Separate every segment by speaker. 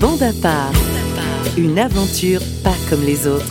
Speaker 1: Bande à part, une aventure pas comme les autres.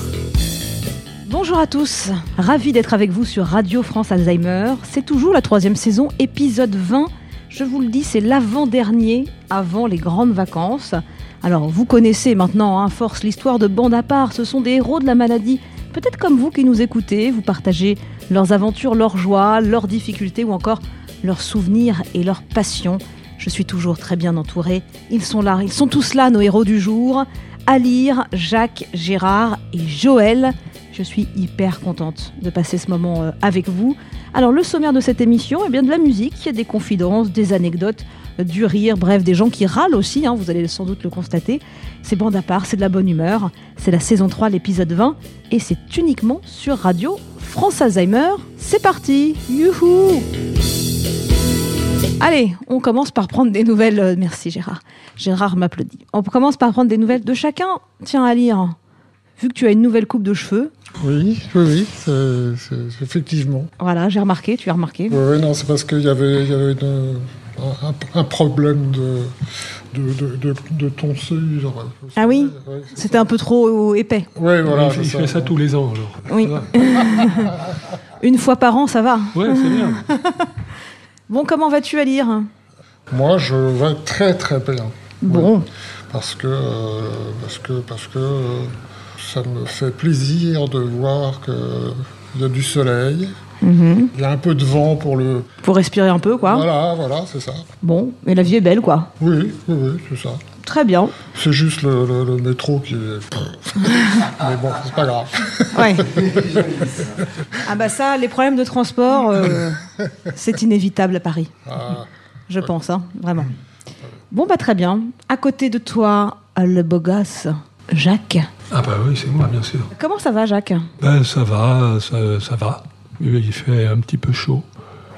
Speaker 2: Bonjour à tous, ravi d'être avec vous sur Radio France Alzheimer. C'est toujours la troisième saison, épisode 20. Je vous le dis, c'est l'avant-dernier avant les grandes vacances. Alors, vous connaissez maintenant, hein, force, l'histoire de Bande à part. Ce sont des héros de la maladie. Peut-être comme vous qui nous écoutez, vous partagez leurs aventures, leurs joies, leurs difficultés ou encore leurs souvenirs et leurs passions. Je suis toujours très bien entourée. Ils sont là, ils sont tous là, nos héros du jour. Alire, Jacques, Gérard et Joël. Je suis hyper contente de passer ce moment euh, avec vous. Alors le sommaire de cette émission, eh bien de la musique, des confidences, des anecdotes, euh, du rire, bref, des gens qui râlent aussi, hein, vous allez sans doute le constater. C'est bande à part, c'est de la bonne humeur. C'est la saison 3, l'épisode 20, et c'est uniquement sur Radio France Alzheimer. C'est parti Youhou Allez, on commence par prendre des nouvelles. euh, merci Gérard. Gérard m'applaudit. On commence par prendre des nouvelles de chacun. Tiens, à lire. Vu que tu as une nouvelle coupe de cheveux,
Speaker 3: Oui, oui, oui, c'est- c'est- effectivement.
Speaker 2: voilà, j'ai remarqué, tu as remarqué.
Speaker 3: Oui, oui, non, c'est parce qu'il y avait, il y avait une- un, un problème de, de, de, de, de tonsure.
Speaker 2: Ah oui
Speaker 3: Oui,
Speaker 2: C'était un peu trop euh, épais.
Speaker 3: ouais, voilà.
Speaker 4: il
Speaker 3: c'est
Speaker 4: il fait ça tous les ans alors.
Speaker 2: Oui. Une fois par an, ça va.
Speaker 4: Ouais, c'est bien.
Speaker 2: Bon, comment vas-tu à lire
Speaker 3: Moi, je vais très très bien.
Speaker 2: Bon.
Speaker 3: Oui, parce que, euh, parce que, parce que euh, ça me fait plaisir de voir qu'il y a du soleil. Il y a un peu de vent pour le.
Speaker 2: Pour respirer un peu, quoi.
Speaker 3: Voilà, voilà, c'est ça.
Speaker 2: Bon, mais la vie est belle, quoi.
Speaker 3: Oui, oui, oui, c'est ça.
Speaker 2: Très bien.
Speaker 3: C'est juste le, le- le métro qui est. Mais bon, c'est pas grave.
Speaker 2: Ouais. ah bah ça, les problèmes de transport, euh, c'est inévitable à Paris.
Speaker 3: Ah,
Speaker 2: Je pense, hein, vraiment. Bon, bah très bien. À côté de toi, le beau gosse, Jacques.
Speaker 4: Ah bah oui, c'est moi, bien sûr.
Speaker 2: Comment ça va, Jacques
Speaker 4: Ben ça va, ça, ça va. Il fait un petit peu chaud,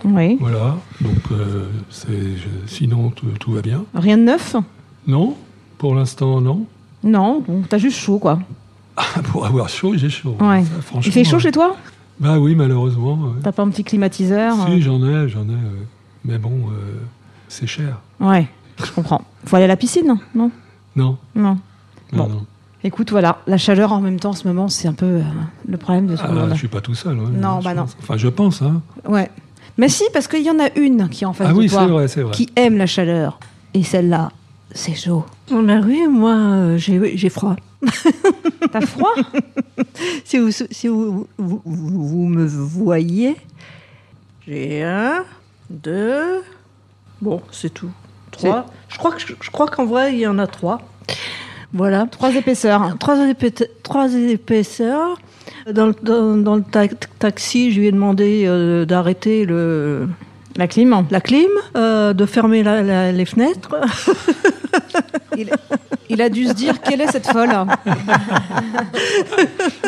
Speaker 2: Oui.
Speaker 4: voilà. Donc euh, c'est, je- sinon tout, tout va bien.
Speaker 2: Rien de neuf
Speaker 4: Non, pour l'instant non.
Speaker 2: Non, bon, t'as juste chaud, quoi.
Speaker 4: Ah, pour avoir chaud, j'ai chaud.
Speaker 2: Ouais.
Speaker 4: Ça, Euh, franchement,
Speaker 2: Il fait chaud chez toi
Speaker 4: Bah oui, malheureusement. ouais.
Speaker 2: T'as pas un petit climatiseur
Speaker 4: Si
Speaker 2: euh,
Speaker 4: j'en ai, j'en ai. ouais. Mais bon, euh, c'est cher.
Speaker 2: Ouais, je comprends. Faut aller à la piscine, non
Speaker 4: Non,
Speaker 2: Non.
Speaker 4: non,
Speaker 2: Bon.
Speaker 4: non.
Speaker 2: Écoute, voilà, la chaleur en même temps, en ce moment, c'est un peu euh, le problème de tout
Speaker 4: Ah,
Speaker 2: le monde.
Speaker 4: je suis pas tout seul. ouais,
Speaker 2: Non,
Speaker 4: je
Speaker 2: bah non.
Speaker 4: pense. Enfin, je pense. Hein.
Speaker 2: Ouais. Mais si, parce qu'il y en a une qui est en face
Speaker 4: Ah
Speaker 2: de
Speaker 4: oui,
Speaker 2: toi,
Speaker 4: c'est vrai, c'est vrai.
Speaker 2: qui aime la chaleur. Et celle-là, c'est chaud.
Speaker 5: Oh bah oui, moi euh, j'ai j'ai froid.
Speaker 2: T'as froid
Speaker 5: Si vous si vous, vous, vous- vous me voyez, j'ai un, deux, bon c'est tout. Trois. Je crois que je, crois qu'en vrai il y en a trois. Voilà.
Speaker 2: Trois épaisseurs.
Speaker 5: Trois, épais- trois épaisseurs. Dans le, dans, dans le ta- taxi, je lui ai demandé euh, d'arrêter le
Speaker 2: La clim.
Speaker 5: la clim, euh, de fermer la- la- les fenêtres.
Speaker 2: Il a dû se dire quelle est cette folle. Ah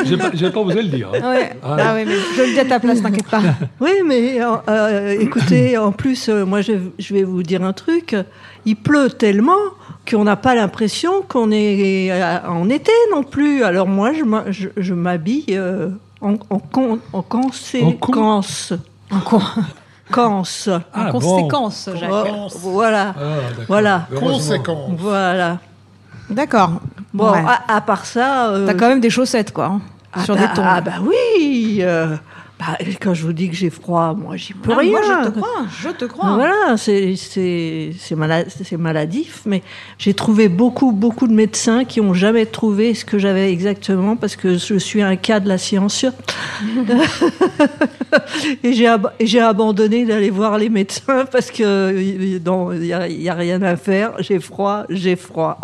Speaker 4: J'ai pas, j'ai pas osé le dire. hein.
Speaker 2: Ouais.
Speaker 4: Ah.
Speaker 2: Ah ouais, mais je le dis à ta place, t'inquiète pas.
Speaker 5: Oui, mais euh, euh, écoutez, en plus, euh, moi, je, je vais vous dire un truc. Il pleut tellement qu'on n'a pas l'impression qu'on est euh, en été non plus. Alors moi, je m'a- je, je m'habille euh, en, en, con- en conséquence.
Speaker 2: En, con-
Speaker 5: Conse.
Speaker 2: en
Speaker 4: Ah, bon.
Speaker 2: conséquence, Jacques.
Speaker 5: Oh, voilà,
Speaker 4: Ah, d'accord.
Speaker 5: Voilà.
Speaker 4: Heureusement.
Speaker 3: Conséquence.
Speaker 5: voilà.
Speaker 2: D'accord.
Speaker 5: Bon,
Speaker 2: Ouais.
Speaker 5: à, à part ça... euh,
Speaker 2: T'as quand même des chaussettes, quoi. hein,
Speaker 5: ah
Speaker 2: sur
Speaker 5: bah-
Speaker 2: des tons.
Speaker 5: Ah bah oui euh, bah, Quand je vous dis que j'ai froid, moi, j'y peux
Speaker 2: Ah,
Speaker 5: rien.
Speaker 2: Moi, je te crois, je te crois.
Speaker 5: Voilà, c'est- c'est c'est mala- c'est maladif, mais j'ai trouvé beaucoup, beaucoup de médecins qui n'ont jamais trouvé ce que j'avais exactement parce que je suis un cas de la science. et j'ai ab- et j'ai abandonné d'aller voir les médecins parce que euh, non, il n'y a, il y a rien à faire, j'ai froid, j'ai froid.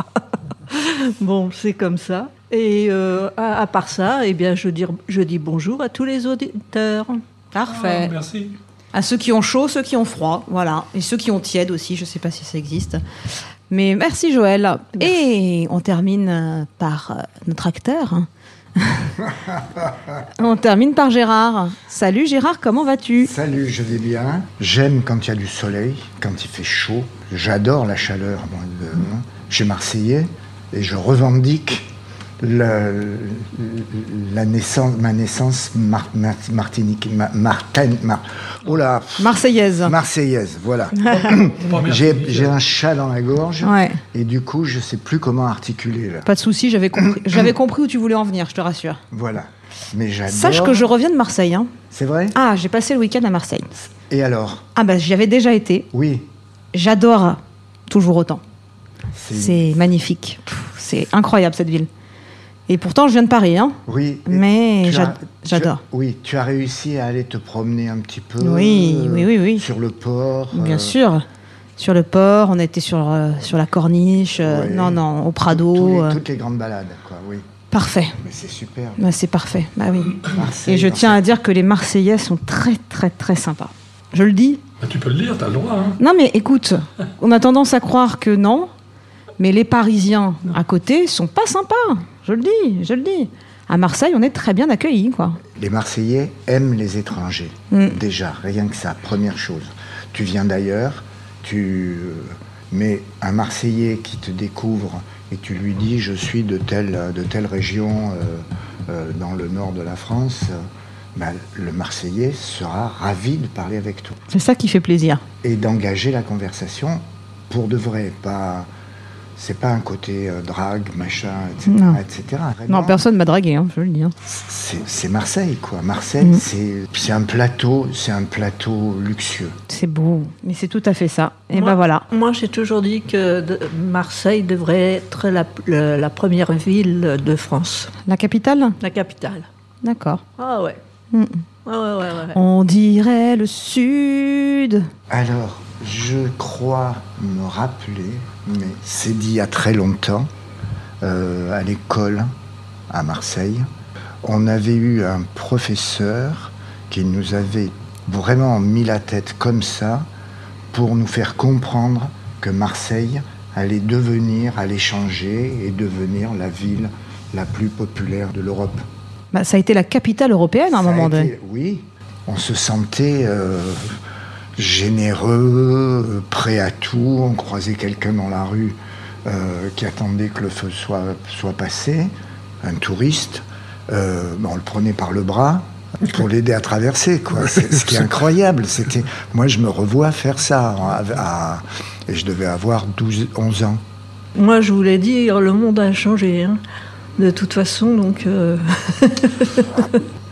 Speaker 5: bon, c'est comme ça. Et euh, à, à part ça, eh bien, je, veux dire, je dis bonjour à tous les auditeurs.
Speaker 2: Parfait.
Speaker 4: Ah,
Speaker 5: bah.
Speaker 4: merci.
Speaker 2: À ceux qui ont chaud, ceux qui ont froid, voilà. Et ceux qui ont tiède aussi, je sais pas si ça existe. Mais merci Joël. Et on termine euh, par euh, notre acteur. on termine par Gérard. Salut Gérard, comment vas-tu
Speaker 6: Salut, je vais bien. J'aime quand il y a du soleil, quand il fait chaud. hein. J'adore la chaleur. moi, de- Je suis marseillais et je revendique le- la naissance, ma naissance mar- mar- martinique, ma- martin- mar- oh là, pff,
Speaker 2: Marseillaise.
Speaker 6: marseillaise, voilà. J'ai j'ai un chat dans la gorge
Speaker 2: Ouais.
Speaker 6: et du coup, je sais plus comment articuler là.
Speaker 2: Pas de souci, j'avais compris. J'avais compris où tu voulais en venir, je te rassure.
Speaker 6: Voilà. Mais j'adore.
Speaker 2: Sache que je reviens de Marseille. hein.
Speaker 6: C'est vrai
Speaker 2: Ah, j'ai passé le week-end à Marseille.
Speaker 6: Et alors
Speaker 2: Ah bah j'y avais déjà été.
Speaker 6: Oui.
Speaker 2: J'adore toujours autant.
Speaker 6: c'est-
Speaker 2: C'est magnifique. Pff, C'est incroyable cette ville. Et pourtant je viens de Paris, hein.
Speaker 6: Oui. et
Speaker 2: Mais
Speaker 6: tu as-
Speaker 2: j'ad- j'adore.
Speaker 6: tu- Oui, tu as réussi à aller te promener un petit peu.
Speaker 2: Oui, oui, oui, oui.
Speaker 6: Sur le port.
Speaker 2: Bien
Speaker 6: euh,
Speaker 2: sûr. Sur le port, on était sur, euh, sur la corniche, euh,
Speaker 6: Ouais.
Speaker 2: non, non, au
Speaker 6: tous
Speaker 2: Prado.
Speaker 6: les-
Speaker 2: euh,
Speaker 6: toutes les grandes balades, quoi. Oui.
Speaker 2: Parfait.
Speaker 6: Mais c'est super.
Speaker 2: Bah, c'est parfait. Bah oui.
Speaker 6: Marseille,
Speaker 2: Et je
Speaker 6: Marseille.
Speaker 2: tiens à dire que les Marseillais sont très, très, très sympas. Je le dis.
Speaker 4: Ah, tu peux le lire, t'as le droit. hein.
Speaker 2: Non, mais écoute, on a tendance à croire que non, mais les Parisiens à côté sont pas sympas. Je le dis, je le dis. À Marseille, on est très bien accueillis, quoi.
Speaker 6: Les Marseillais aiment les étrangers.
Speaker 2: Mm.
Speaker 6: Déjà, rien que ça, première chose. Tu viens d'ailleurs, tu. Mais un Marseillais qui te découvre et tu lui dis je suis de telle, de telle région euh, euh, dans le nord de la France, euh, bah, le Marseillais sera ravi de parler avec toi
Speaker 2: C'est ça qui fait plaisir.
Speaker 6: et d'engager la conversation pour de vrai. Pas, c'est pas un côté euh, drague, machin, etc.
Speaker 2: Non.
Speaker 6: etc.
Speaker 2: Non,
Speaker 6: Vraiment,
Speaker 2: personne m'a dragué, hein, je le dis. hein.
Speaker 6: c'est c'est Marseille, quoi. Marseille,
Speaker 2: Mm.
Speaker 6: c'est- c'est un plateau, c'est un plateau luxueux.
Speaker 2: C'est beau, mais c'est tout à fait ça. Et ben
Speaker 5: Moi-
Speaker 2: voilà.
Speaker 5: Moi, j'ai toujours dit que de- Marseille devrait être la, le- la première ville de France,
Speaker 2: La capitale
Speaker 5: la capitale.
Speaker 2: D'accord.
Speaker 5: Ah ouais. Ah
Speaker 2: Mm.
Speaker 5: Ouais, ouais, ouais,
Speaker 6: Euh.
Speaker 5: ouais.
Speaker 2: On dirait le sud.
Speaker 6: Alors, je crois me rappeler, mais c'est dit il y a très longtemps, euh, à l'école à Marseille, on avait eu un professeur qui nous avait vraiment mis la tête comme ça pour nous faire comprendre que Marseille allait devenir, allait changer et devenir la ville la plus populaire de l'Europe.
Speaker 2: Bah, ça a été la capitale européenne à un
Speaker 6: Ça a
Speaker 2: moment donné.
Speaker 6: été- Oui, on se sentait euh, généreux, euh, prêt à tout. On croisait quelqu'un dans la rue euh, qui attendait que le feu soit, soit passé, un touriste. Euh, ben, on le prenait par le bras pour l'aider à traverser, quoi. C'est ce qui est incroyable. C'était, moi, je me revois faire ça. à- à- et je devais avoir 12, 11 ans.
Speaker 5: Moi, je voulais dire, le monde a changé, hein. de toute façon, donc. euh,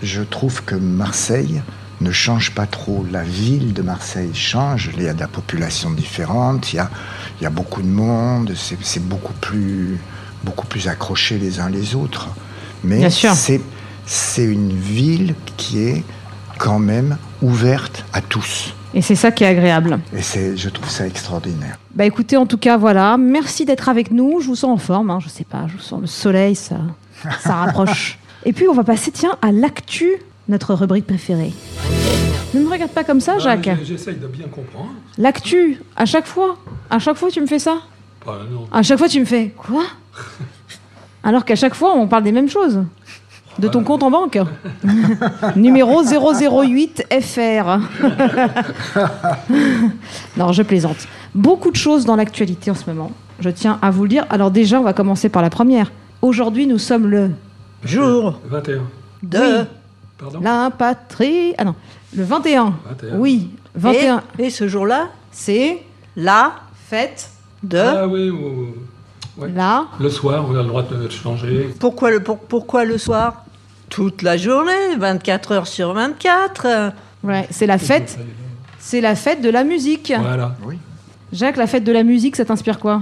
Speaker 6: Je trouve que Marseille ne change pas trop. La ville de Marseille change. Il y a de la population différente, il y a, il y a beaucoup de monde, c'est c'est beaucoup plus, beaucoup plus accroché les uns les autres. Mais
Speaker 2: Bien sûr.
Speaker 6: c'est c'est une ville qui est quand même ouverte à tous.
Speaker 2: Et c'est ça qui est agréable.
Speaker 6: Et c'est- je trouve ça extraordinaire.
Speaker 2: Bah écoutez, en tout cas, voilà. Merci d'être avec nous. Je vous sens en forme. Hein, je sais pas, je vous sens le soleil, ça, ça rapproche. Et puis, on va passer, tiens, à l'actu, notre rubrique préférée. Ne me regarde pas comme ça, Jacques.
Speaker 4: Bah, j'ai- J'essaye de bien comprendre.
Speaker 2: L'actu, à chaque fois. À chaque fois, tu me fais ça.
Speaker 4: Bah, non.
Speaker 2: À chaque fois, tu me fais quoi Alors qu'à chaque fois, on parle des mêmes choses. De ton compte en banque. Numéro 008 FR. non, je plaisante. Beaucoup de choses dans l'actualité en ce moment. Je tiens à vous le dire. Alors déjà, on va commencer par la première. Aujourd'hui, nous sommes le...
Speaker 5: Jour
Speaker 4: 21.
Speaker 5: de.
Speaker 4: Pardon
Speaker 2: La patrie... Ah non, le 21.
Speaker 4: 21.
Speaker 2: Oui, 21.
Speaker 5: Et, et ce jour-là,
Speaker 2: C'est
Speaker 5: la
Speaker 2: fête.
Speaker 5: de.
Speaker 4: Ah oui, oui, oui. Ouais.
Speaker 2: Là,
Speaker 4: Le soir, on a le droit de changer.
Speaker 5: Pourquoi le, pour- pourquoi le soir Toute la journée, 24 heures sur 24. euh,
Speaker 2: ouais, c'est la fête. C'est la fête de la musique.
Speaker 4: Voilà.
Speaker 6: Oui.
Speaker 2: Jacques, la fête de la musique, ça t'inspire quoi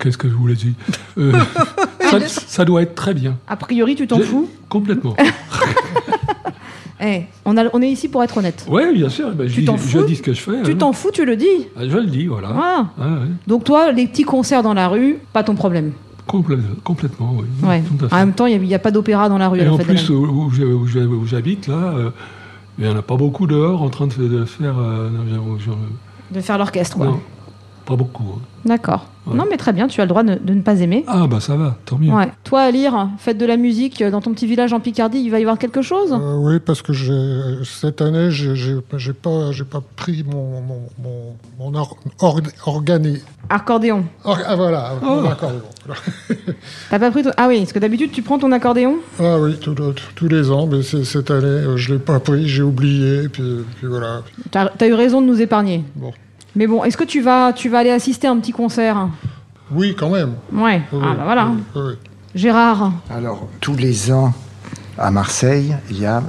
Speaker 4: Qu'est-ce que je voulais dire Euh, ça, ça doit être très bien.
Speaker 2: A priori, tu t'en
Speaker 4: J'ai-
Speaker 2: fous
Speaker 4: Complètement.
Speaker 2: Eh, on, a- on est ici pour être honnête.
Speaker 4: Oui, bien sûr. bah, je,
Speaker 2: Tu
Speaker 4: dis,
Speaker 2: t'en
Speaker 4: je
Speaker 2: fous
Speaker 4: dis ce que je fais.
Speaker 2: Tu
Speaker 4: hein.
Speaker 2: t'en fous, tu le dis.
Speaker 4: Ah, Je le dis, voilà.
Speaker 2: Voilà.
Speaker 4: Ah, ouais.
Speaker 2: Donc toi, les petits concerts dans la rue, pas ton problème.
Speaker 4: Complè- complètement, oui.
Speaker 2: Ouais.
Speaker 4: Tout à fait.
Speaker 2: En même temps, il n'y a, pas d'opéra dans la rue. à
Speaker 4: Et
Speaker 2: la
Speaker 4: en
Speaker 2: fête de la
Speaker 4: plus, où, où j'ai- où j'ai- où j'habite, là, euh, il n'y en a pas beaucoup dehors en train de, de faire. euh, non, j'avoue, j'en- euh,
Speaker 2: de faire l'orchestre. ouais.
Speaker 4: non, pas beaucoup. hein.
Speaker 2: D'accord.
Speaker 4: Ouais.
Speaker 2: Non, mais très bien, tu as le droit de, de ne pas aimer.
Speaker 4: Ah, bah ça va, tant mieux.
Speaker 2: Ouais. Toi, à lire, fête de la musique euh, dans ton petit village en Picardie, il va y avoir quelque chose
Speaker 3: Euh, oui, parce que j'ai- cette année, j'ai- j'ai j'ai pas, j'ai pas pris mon, mon, mon, mon or- orga- organi-
Speaker 2: Accordéon.
Speaker 3: Or- ah voilà,
Speaker 4: Oh.
Speaker 3: mon accordéon.
Speaker 2: T'as pas pris ton... Ah oui, parce que d'habitude, tu prends ton accordéon
Speaker 3: Ah oui, tout- tout- tous les ans, mais c'est- cette année, euh, je ne l'ai pas pris, j'ai oublié, puis, puis voilà.
Speaker 2: T'as as eu raison de nous épargner.
Speaker 3: Bon.
Speaker 2: Mais bon, est-ce que tu vas, tu vas aller assister à un petit concert
Speaker 3: Oui, quand même.
Speaker 2: Ouais.
Speaker 3: Oui,
Speaker 2: ah bah voilà.
Speaker 3: oui, oui.
Speaker 2: Gérard.
Speaker 6: Alors, tous les ans, à Marseille, il y a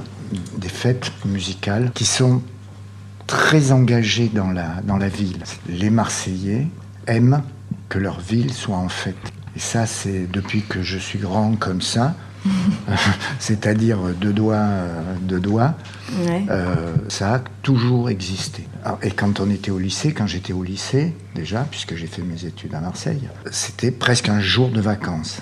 Speaker 6: des fêtes musicales qui sont très engagées dans la, dans la ville. Les Marseillais aiment que leur ville soit en fête. Et ça, c'est depuis que je suis grand comme ça, c'est-à-dire deux doigts, euh, deux doigts, euh, ça a toujours existé. Alors, Et quand on était au lycée, quand j'étais au lycée, déjà, puisque j'ai fait mes études à Marseille, c'était presque un jour de vacances.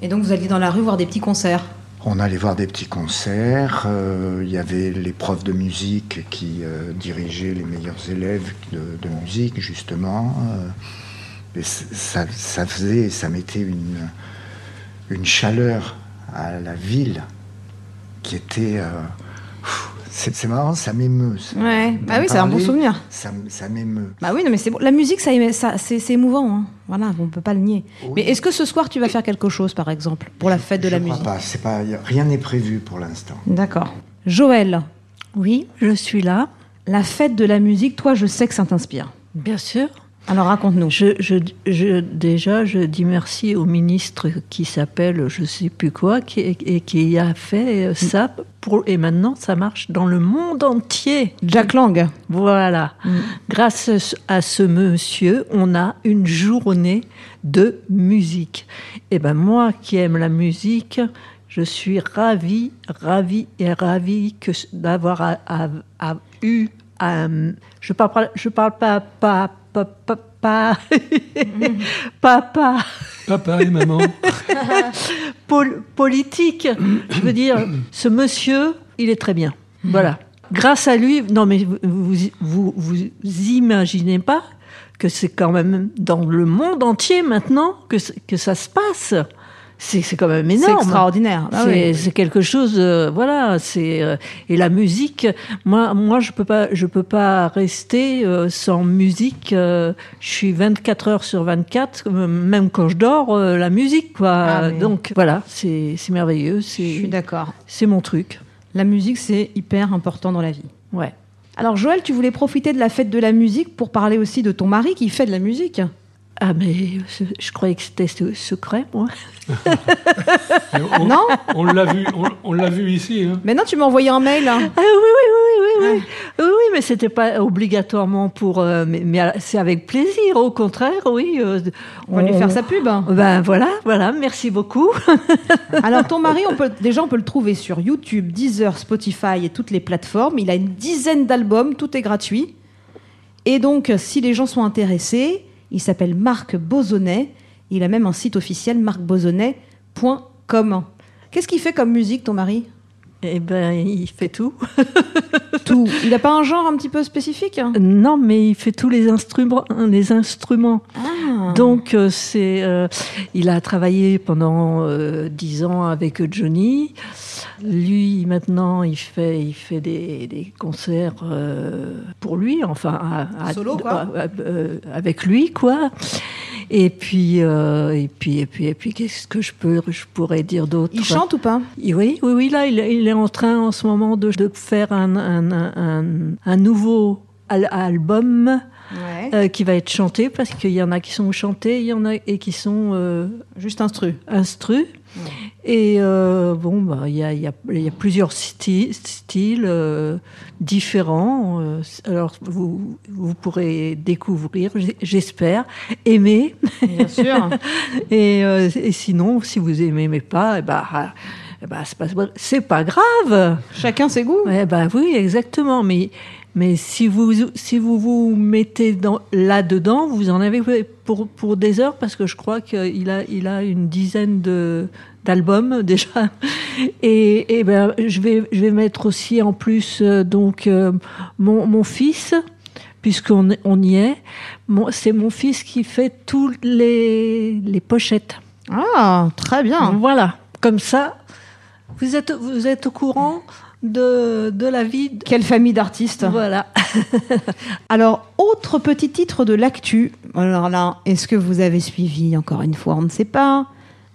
Speaker 2: Et donc, vous alliez dans la rue voir des petits concerts
Speaker 6: On allait voir des petits concerts, euh, il y avait les profs de musique qui euh, dirigeaient les meilleurs élèves de, de musique, justement. euh, et c- ça, ça faisait, ça mettait une, une chaleur à la ville qui était... euh, pff, c'est c'est marrant, ça m'émeut. ça.
Speaker 2: Ouais.
Speaker 6: D'en
Speaker 2: Bah oui, c'est un bon
Speaker 6: parler,
Speaker 2: souvenir.
Speaker 6: Ça, m- ça m'émeut.
Speaker 2: Bah oui, non, mais c'est bon. La musique, ça, éme- ça- c'est c'est émouvant. hein. Voilà, on peut pas le nier.
Speaker 6: Oui.
Speaker 2: Mais est-ce que ce soir, tu vas faire quelque chose, par exemple, pour la fête de
Speaker 6: Je
Speaker 2: la
Speaker 6: crois
Speaker 2: musique
Speaker 6: pas, c'est pas, y a- rien n'est prévu pour l'instant.
Speaker 2: D'accord. Joël,
Speaker 5: Oui, je suis là,
Speaker 2: la fête de la musique, toi, je sais que ça t'inspire.
Speaker 5: bien sûr.
Speaker 2: Alors raconte-nous.
Speaker 5: Je, je, je- déjà, je dis merci au ministre qui s'appelle je sais plus quoi qui, et qui a
Speaker 2: Mm.
Speaker 5: fait euh, ça. Pour, et maintenant, ça marche dans le monde entier.
Speaker 2: Jack Lang.
Speaker 5: Voilà. Grâce à ce- à ce monsieur, on a une journée de musique. Et ben moi qui aime la musique, je suis ravie, ravie et ravie que ce- d'avoir à- à- à- eu. à, euh, je parle, je parle pas, pas, pas, pas, pas, papa
Speaker 4: Papa et maman.
Speaker 5: pol- politique. Je veux dire, ce monsieur, il est très bien. Voilà. Grâce à lui, non mais vous- vous, vous, vous imaginez pas que c'est quand même dans le monde entier maintenant que, c- que ça se passe. C'est c'est quand même
Speaker 2: C'est
Speaker 5: énorme.
Speaker 2: extraordinaire. Ah
Speaker 5: C'est
Speaker 2: oui.
Speaker 5: c'est quelque chose, euh, voilà. C'est euh, et la musique. Moi, moi, je peux pas, je peux pas rester euh, sans musique. euh, je suis 24 heures sur 24, euh, même quand je dors, euh, la musique, quoi.
Speaker 2: Ah, mais-
Speaker 5: Donc voilà, c'est c'est merveilleux.
Speaker 2: Je suis
Speaker 5: C'est
Speaker 2: d'accord.
Speaker 5: c'est mon truc.
Speaker 2: La musique, c'est hyper important dans la vie.
Speaker 5: Ouais.
Speaker 2: Alors Joël, tu voulais profiter de la fête de la musique pour parler aussi de ton mari qui fait de la musique.
Speaker 5: Ah mais je, je croyais que c'était se- secret, moi.
Speaker 4: Et on
Speaker 2: Non
Speaker 4: on l'a vu, on, on l'a vu ici. hein.
Speaker 2: Maintenant, tu m'as envoyé un mail. hein.
Speaker 5: Ah oui, oui, oui,
Speaker 2: Ah.
Speaker 5: oui, oui. Oui, oui, mais c'était pas obligatoirement pour. euh, mais mais, euh, c'est avec plaisir, au contraire, oui. euh,
Speaker 2: On va lui faire sa pub. hein.
Speaker 5: Ben voilà, voilà, merci beaucoup.
Speaker 2: Alors ton mari, on peut, déjà on peut le trouver sur YouTube, Deezer, Spotify et toutes les plateformes. Il a une dizaine d'albums, tout est gratuit. Et donc si les gens sont intéressés, il s'appelle Marc Bozonnet. Il a même un site officiel marcbozonnet.com. Qu'est-ce qu'il fait comme musique ton mari
Speaker 5: Eh ben, il fait tout.
Speaker 2: Tout. Il n'a pas un genre un petit peu spécifique hein
Speaker 5: Non, mais il fait tous les instruments. Les instruments.
Speaker 2: Ah.
Speaker 5: Donc, euh, c'est, euh, il a travaillé pendant euh, dix ans avec Johnny. Lui, maintenant, il fait, il fait des, des concerts euh, pour lui, enfin, à- à-
Speaker 2: Solo, quoi.
Speaker 5: à- à- euh, avec lui, quoi. Et puis, euh, et puis, et puis, et puis, qu'est-ce que je peux, je pourrais dire d'autre
Speaker 2: Il chante ou pas
Speaker 5: oui, oui, oui, là, il, il est en train en ce moment de, de faire un, un- un- un nouveau al- album euh, qui va être chanté parce qu'il y en a qui sont chantés, il y en a et qui sont euh,
Speaker 2: Juste instru.
Speaker 5: instrus. Et euh, bon, bah, il y, a, il y a- il y a plusieurs sti- styles euh, différents. euh, alors, vous, vous pourrez découvrir, j- j'espère, aimer.
Speaker 2: Bien sûr.
Speaker 5: Et, euh, et sinon, si vous aimez pas, eh ben, ah, eh ben, c'est pas, c'est pas grave.
Speaker 2: Chacun ses goûts.
Speaker 5: Eh ben oui, exactement. Mais, mais si, vous, si vous vous mettez dans, là-dedans, vous en avez pour, pour des heures, parce que je crois qu'il a, il a une dizaine de, d'albums déjà. Et, et ben, je, vais, je vais mettre aussi en plus euh, donc, euh, mon, mon fils, puisqu'on est- on y est. Mon- c'est mon fils qui fait tous les, les pochettes.
Speaker 2: Ah, très bien.
Speaker 5: Voilà, comme ça, vous êtes, vous êtes au courant de, de la vie. de-
Speaker 2: Quelle famille d'artistes
Speaker 5: Voilà.
Speaker 2: Alors, autre petit titre de l'actu. Alors là, est-ce que vous avez suivi Encore une fois, on ne sait pas.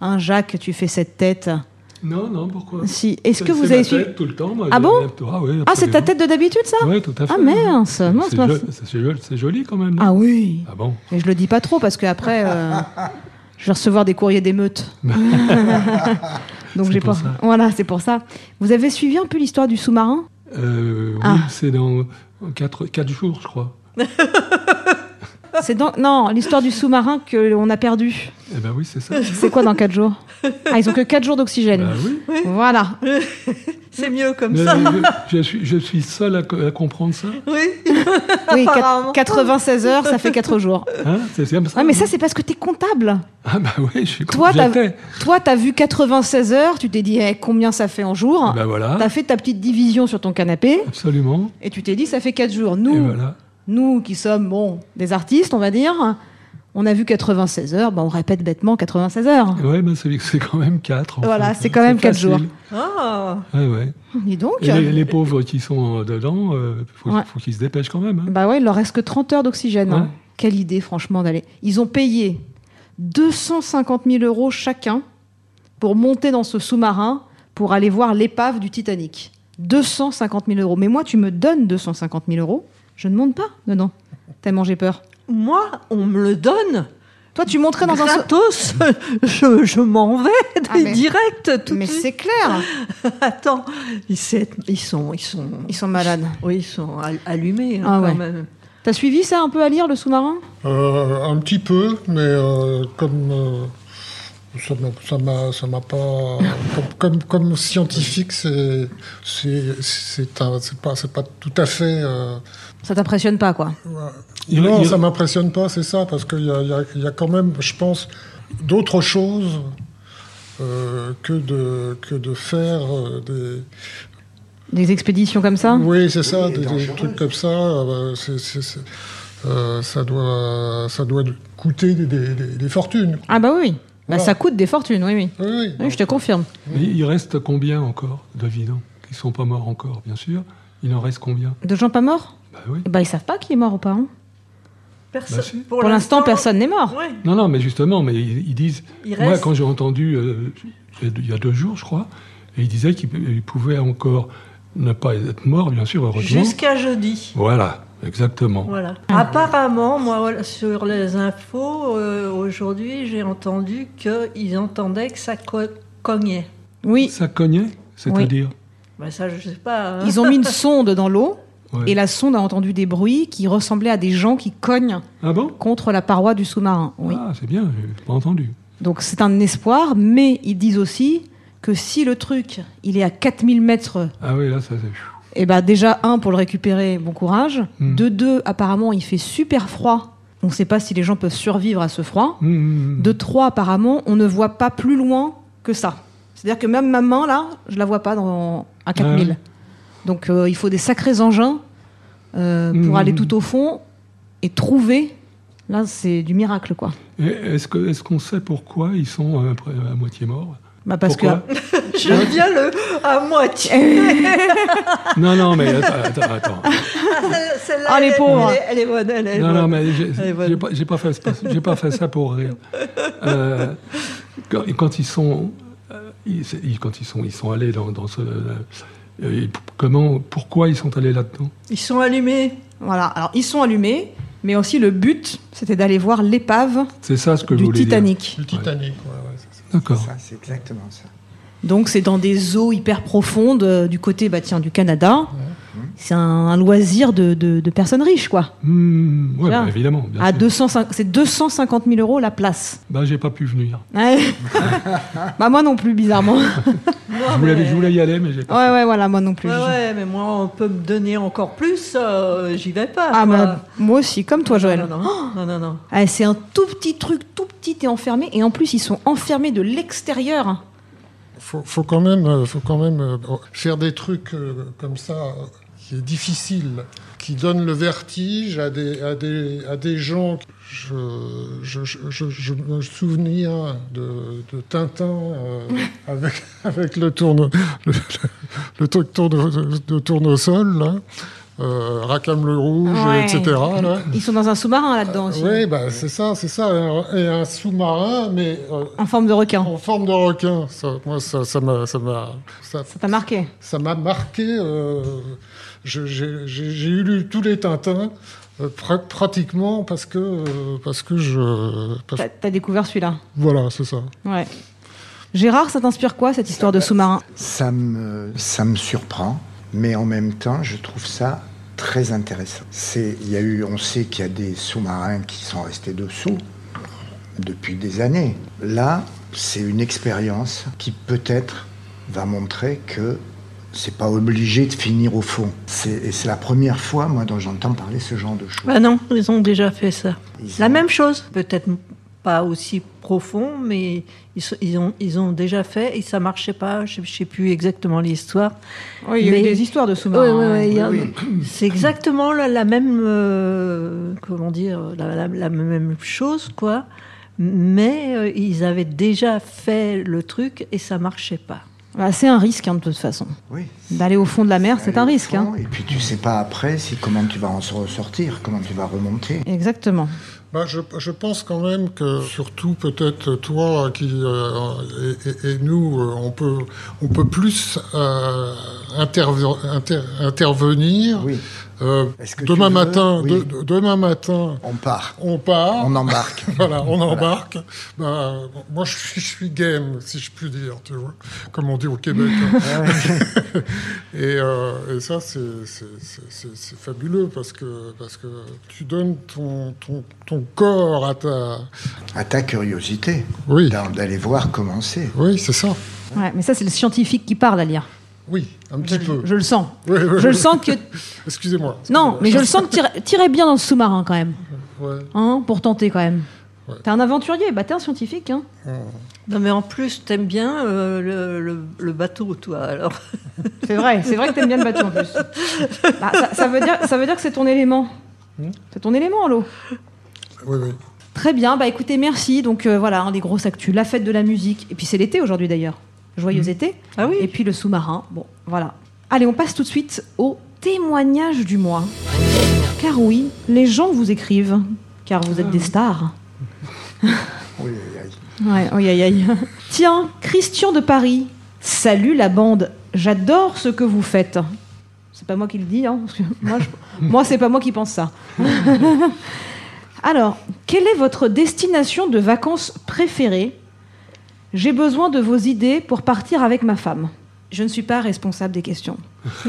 Speaker 2: Hein, Jacques, tu fais cette tête.
Speaker 4: Non, non, pourquoi
Speaker 2: Si. Est-ce que
Speaker 4: C'est
Speaker 2: vous
Speaker 4: ma
Speaker 2: avez suivi
Speaker 4: tête tout le temps. moi,
Speaker 2: Ah
Speaker 4: je-
Speaker 2: bon
Speaker 4: Ah, oui,
Speaker 2: Ah, c'est ta tête de d'habitude, ça
Speaker 4: Oui, tout à fait.
Speaker 2: Ah mince, mince,
Speaker 4: C'est
Speaker 2: mince.
Speaker 4: jo- c'est- C'est joli, c'est joli quand même. non
Speaker 2: Ah oui.
Speaker 4: Ah bon
Speaker 2: Mais je le dis pas trop parce qu'après, je vais recevoir des courriers d'émeutes. Donc
Speaker 4: C'est
Speaker 2: j'ai
Speaker 4: pour
Speaker 2: pas.
Speaker 4: ça.
Speaker 2: Voilà, c'est pour ça. Vous avez suivi un peu l'histoire du sous-marin
Speaker 4: Euh, oui,
Speaker 2: Ah.
Speaker 4: c'est dans 4, jours, je crois.
Speaker 2: C'est dans non l'histoire du sous-marin que on a perdu.
Speaker 4: Eh ben oui, c'est ça.
Speaker 2: C'est quoi dans 4 jours Ah, ils ont que 4 jours d'oxygène.
Speaker 4: Ben oui.
Speaker 2: Voilà.
Speaker 5: C'est mieux comme
Speaker 4: Mais
Speaker 5: ça.
Speaker 4: je, je suis, je suis seul à, co- à comprendre ça.
Speaker 5: Oui.
Speaker 2: Oui, quat-
Speaker 5: Apparemment.
Speaker 2: 96 heures, ça fait 4 jours.
Speaker 4: Hein c'est comme ça.
Speaker 2: Ouais, mais ça c'est parce que t'es comptable.
Speaker 4: Ah bah oui, je suis
Speaker 2: Toi,
Speaker 4: content.
Speaker 2: t'as-
Speaker 4: J'étais.
Speaker 2: Toi, t'as vu 96 heures, tu t'es dit eh, combien ça fait en jours.
Speaker 4: Eh Ben voilà,
Speaker 2: T'as fait ta petite division sur ton canapé
Speaker 4: absolument.
Speaker 2: et tu t'es dit ça fait 4 jours.
Speaker 4: Et
Speaker 2: Nous,
Speaker 4: Eh ben voilà.
Speaker 2: nous qui sommes bon, des artistes, on va dire, on a vu 96 heures, ben, on répète bêtement 96 heures.
Speaker 4: Ouais, mais c'est c'est quand même 4.
Speaker 2: Voilà, c'est quand même quatre jours.
Speaker 5: Ah.
Speaker 4: hein. Ouais, ouais.
Speaker 2: Dis donc.
Speaker 4: Eh ben Et les, les pauvres qui sont euh, dedans, euh, faut,
Speaker 2: Ouais.
Speaker 4: faut qu'ils se dépêchent quand même. hein.
Speaker 2: Bah ouais, il leur reste que 30 heures d'oxygène. hein.
Speaker 4: Ouais.
Speaker 2: Quelle idée, franchement, d'aller. Ils ont payé 250 000 euros chacun pour monter dans ce sous-marin pour aller voir l'épave du Titanic. 250 000 euros. Mais moi, tu me donnes 250 000 euros, je ne monte pas dedans. Tellement j'ai peur.
Speaker 5: Moi, on me le donne.
Speaker 2: Toi, tu monterais dans un. sous-
Speaker 5: Gratos, je, je m'en vais
Speaker 2: Ah, mais-
Speaker 5: direct tout de
Speaker 2: Mais
Speaker 5: suite.
Speaker 2: c'est clair,
Speaker 5: Attends, ils, s'est- ils sont, ils sont,
Speaker 2: ils sont malades.
Speaker 5: oui, ils sont al- allumés hein,
Speaker 2: Ah
Speaker 5: quand
Speaker 2: ouais.
Speaker 5: même.
Speaker 2: T'as suivi ça un peu à lire, le sous-marin
Speaker 3: Euh, un petit peu, mais euh, comme euh, ça m'a- ça m'a ça m'a pas comme, comme, comme scientifique, c'est c'est c'est un- c'est pas c'est pas tout à fait. euh,
Speaker 2: Ça t'impressionne pas, quoi.
Speaker 4: Il-
Speaker 3: non,
Speaker 4: il-
Speaker 3: ça m'impressionne pas, c'est ça, parce qu'il y a, il y a- il y a quand même, je pense, d'autres choses euh, que de que de faire euh, des.
Speaker 2: Des expéditions comme ça
Speaker 3: Oui, c'est ça,
Speaker 6: Oui, et
Speaker 3: des, des
Speaker 6: dangereux.
Speaker 3: trucs comme ça. euh, c'est- c'est- c'est- euh, ça doit ça doit coûter des, des- des- des fortunes.
Speaker 2: Ah bah oui. Bah,
Speaker 3: Voilà.
Speaker 2: ça coûte des fortunes, oui, oui.
Speaker 3: Oui, oui.
Speaker 2: Oui, je te confirme.
Speaker 4: Mais il reste combien encore de vivants Qui sont pas morts encore, bien sûr. Il en reste combien
Speaker 2: De gens pas morts
Speaker 4: Bah oui.
Speaker 2: Bah ils savent pas qui est mort ou pas. hein.
Speaker 5: Personne-
Speaker 4: Bah, si.
Speaker 2: Pour, l'instant, personne n'est mort.
Speaker 5: Ouais.
Speaker 4: Non, non, mais justement, mais ils, ils disent.
Speaker 5: Il
Speaker 4: Moi,
Speaker 5: reste-
Speaker 4: quand j'ai entendu, euh, il y a deux- il y a deux jours, je crois, et ils disaient qu'ils ils pouvaient encore ne pas être morts, bien sûr, heureusement.
Speaker 5: Jusqu'à jeudi.
Speaker 4: Voilà, exactement.
Speaker 5: Voilà.
Speaker 2: Ah
Speaker 5: Apparemment, moi, voilà, sur les infos, euh, aujourd'hui, j'ai entendu qu'ils entendaient que ça co- cognait.
Speaker 2: Oui,
Speaker 4: Ça cognait C'est-à-dire
Speaker 5: Bah, ça, je sais pas. hein.
Speaker 2: ils ont mis une sonde dans l'eau
Speaker 4: Ouais.
Speaker 2: et la sonde a entendu des bruits qui ressemblaient à des gens qui cognent
Speaker 4: Ah bon
Speaker 2: contre la paroi du sous-marin. Oui.
Speaker 4: Ah, c'est bien, j'ai pas entendu.
Speaker 2: Donc c'est un espoir, mais ils disent aussi que si le truc, il est à 4000 mètres,
Speaker 4: Ah oui, là, ça c'est.
Speaker 2: et ben déjà un pour le récupérer, bon courage.
Speaker 4: Hmm.
Speaker 2: De deux, apparemment il fait super froid. On ne sait pas si les gens peuvent survivre à ce froid.
Speaker 4: Hum, hum, hum.
Speaker 2: De trois, apparemment, on ne voit pas plus loin que ça. C'est-à-dire que même ma main, là, je la vois pas dans, à 4000.
Speaker 4: Ah Ouais.
Speaker 2: Donc euh, il faut des sacrés engins euh, pour
Speaker 4: Mmh.
Speaker 2: aller tout au fond et trouver. Là, c'est du miracle, quoi.
Speaker 4: Et Est-ce que- est-ce qu'on sait pourquoi ils sont euh, près- à moitié morts
Speaker 2: Bah, parce
Speaker 4: Pourquoi
Speaker 2: que.
Speaker 5: J'aime bien le à
Speaker 2: Eh
Speaker 5: moitié.
Speaker 4: Non, non, mais attends, attends. attends.
Speaker 5: Celle-là,
Speaker 2: Ah, les
Speaker 5: elle est-
Speaker 2: pauvres.
Speaker 5: Elle est, elle est bonne, elle est
Speaker 4: Non,
Speaker 5: bonne.
Speaker 4: non, mais j'ai
Speaker 5: est bonne.
Speaker 4: j'ai pas, j'ai pas fait ça- j'ai pas fait ça pour rire. Euh, quand, quand ils sont, euh, ils- c'est- ils- quand ils sont, ils sont allés dans, dans ce, euh, euh, comment, pourquoi ils sont allés là-dedans
Speaker 5: Ils sont allumés.
Speaker 2: Voilà, alors ils sont allumés, mais aussi le but, c'était d'aller voir l'épave
Speaker 4: C'est ça ce que je
Speaker 2: du
Speaker 4: voulais
Speaker 2: Titanic.
Speaker 3: Le Titanic, ouais, ouais, c'est ça.
Speaker 4: dire. D'accord.
Speaker 6: Ça, c'est exactement ça.
Speaker 2: Donc c'est dans des eaux hyper profondes euh, du côté bah, tiens, du Canada. C'est un, un loisir de- de- de personnes riches, quoi.
Speaker 4: Hmm, ouais,
Speaker 2: Voilà.
Speaker 4: bah, évidemment. bien
Speaker 2: À
Speaker 4: sûr.
Speaker 2: 205 c'est 250 000 euros la place.
Speaker 4: Bah, j'ai pas pu venir.
Speaker 2: Ouais. bah moi non plus bizarrement. Ouais Ah,
Speaker 5: Non,
Speaker 4: Je voulais,
Speaker 5: mais-
Speaker 4: je voulais y aller, mais j'ai pas.
Speaker 2: ouais voilà moi non plus.
Speaker 5: Ouais, ouais, mais moi, on peut me donner encore plus, euh, j'y vais pas.
Speaker 2: Ah
Speaker 5: quoi.
Speaker 2: bah, moi aussi comme toi Joël.
Speaker 5: Non, non, non. non, non, non.
Speaker 2: Ah, c'est un tout petit truc tout petit et enfermé et en plus ils sont enfermés de l'extérieur.
Speaker 3: oh, Faut, faut quand même, euh, faut quand même euh, faire des trucs euh, comme ça euh, qui est difficile, qui donne le vertige à des, à des, à des gens. Je, je, je, je me souviens de, de Tintin euh, avec, avec le, tourne, le, le truc tourne, de tournesol, là. Euh, Rackham le Rouge,
Speaker 2: Ouais.
Speaker 3: etc. là.
Speaker 2: Ils sont dans un sous-marin là-dedans aussi.
Speaker 3: Oui, bah, c'est ça, c'est ça. Et un sous-marin, mais euh,
Speaker 2: En forme de requin.
Speaker 3: en forme de requin. Ça, moi, ça ça m'a ça m'a- ça-
Speaker 2: Ça t'a marqué
Speaker 3: ça m'a marqué. euh, je- J'ai j'ai- j'ai eu lu tous les Tintins, euh, pra- pratiquement, parce que, euh, parce que je. parce-
Speaker 2: T'as t'as découvert celui-là
Speaker 3: voilà, c'est ça.
Speaker 2: Ouais. Gérard, ça t'inspire quoi cette histoire de sous-marin
Speaker 6: Ça me, ça me surprend, mais en même temps, je trouve ça très intéressant. C'est, il y a eu, on sait qu'il y a des sous-marins qui sont restés dessous depuis des années. Là, c'est une expérience qui peut-être va montrer que c'est pas obligé de finir au fond. C'est, et c'est la première fois, moi, dont j'entends parler ce genre de choses.
Speaker 5: Bah non, ils ont déjà fait ça.
Speaker 6: Ils
Speaker 5: La
Speaker 6: ont-
Speaker 5: même chose, peut-être pas aussi profond, mais ils, sont- ils ont, ils ont déjà fait et ça marchait pas. Je ne sais plus exactement l'histoire.
Speaker 2: Oui,
Speaker 5: il y a eu des
Speaker 2: histoires de
Speaker 5: Ouais, ouais, ouais, il y a-
Speaker 6: Oui,
Speaker 5: C'est exactement la, la même, euh, comment dire, la, la- la même chose, quoi. Mais euh, ils avaient déjà fait le truc et ça marchait pas.
Speaker 2: c'est un risque hein, de toute façon.
Speaker 6: oui.
Speaker 2: D'aller au fond de la mer, c'est un
Speaker 6: Aller au
Speaker 2: risque.
Speaker 6: fond,
Speaker 2: hein.
Speaker 6: Et puis tu sais pas après si comment tu vas en se ressortir, comment tu vas remonter.
Speaker 2: Exactement.
Speaker 3: Bah, je, je pense quand même que, surtout peut-être toi qui, euh, et, et- et nous, euh, on peut, on peut plus euh, interve- inter- intervenir.
Speaker 6: Oui.
Speaker 3: Euh,
Speaker 6: Est-ce que
Speaker 3: demain,
Speaker 6: tu veux
Speaker 3: matin,
Speaker 6: Oui.
Speaker 3: de- de- demain matin,
Speaker 6: On part,
Speaker 3: on part.
Speaker 6: on embarque.
Speaker 3: Voilà, on embarque. Ben, moi, je suis, je suis game, si je puis dire, tu vois, comme on dit au Québec.
Speaker 2: Ah
Speaker 3: hein. et, euh, et ça, c'est- c'est c'est- c'est- c'est fabuleux parce que, parce que tu donnes ton, ton, ton corps à ta.
Speaker 6: À ta curiosité,
Speaker 3: Oui,
Speaker 6: d'a- d'aller voir comment c'est.
Speaker 3: oui c'est ça.
Speaker 2: Ouais, mais ça, c'est le scientifique qui parle à lire.
Speaker 3: Oui, un petit peu.
Speaker 2: Je le sens.
Speaker 3: Oui, oui,
Speaker 2: Je le
Speaker 3: oui.
Speaker 2: sens que.
Speaker 3: Excusez-moi.
Speaker 2: Non, mais je le sens que t'irais- t'irais bien dans le sous-marin quand même.
Speaker 3: Ouais.
Speaker 2: Hein, pour tenter quand même.
Speaker 3: Ouais.
Speaker 2: T'es un aventurier, bah t'es un scientifique. Hein.
Speaker 5: Non, mais en plus, t'aimes bien euh, le, le- le bateau, toi. Alors,
Speaker 2: C'est vrai, c'est vrai que t'aimes bien le bateau en plus. Bah, ça, ça veut dire, ça veut dire que c'est ton élément.
Speaker 3: Hmm.
Speaker 2: C'est ton élément, l'eau.
Speaker 3: Oui, oui.
Speaker 2: Très bien, bah écoutez, merci. Donc euh, voilà, hein, les grosses actus, la fête de la musique, et puis c'est l'été aujourd'hui d'ailleurs. Joyeux été.
Speaker 5: Ah oui.
Speaker 2: Et puis le sous-marin. Bon, voilà. Allez, on passe tout de suite au témoignage du mois. Car oui, les gens vous écrivent, car vous
Speaker 5: Ah
Speaker 2: êtes des stars.
Speaker 6: Oui, oui, oui.
Speaker 2: Ouais, aïe aïe aïe. Tiens, Christian de Paris. Salut la bande, j'adore ce que vous faites. C'est pas moi qui le dis, hein, parce que moi, je- moi c'est pas moi qui pense ça. Alors, quelle est votre destination de vacances préférée J'ai besoin de vos idées pour partir avec ma femme. Je ne suis pas responsable des questions.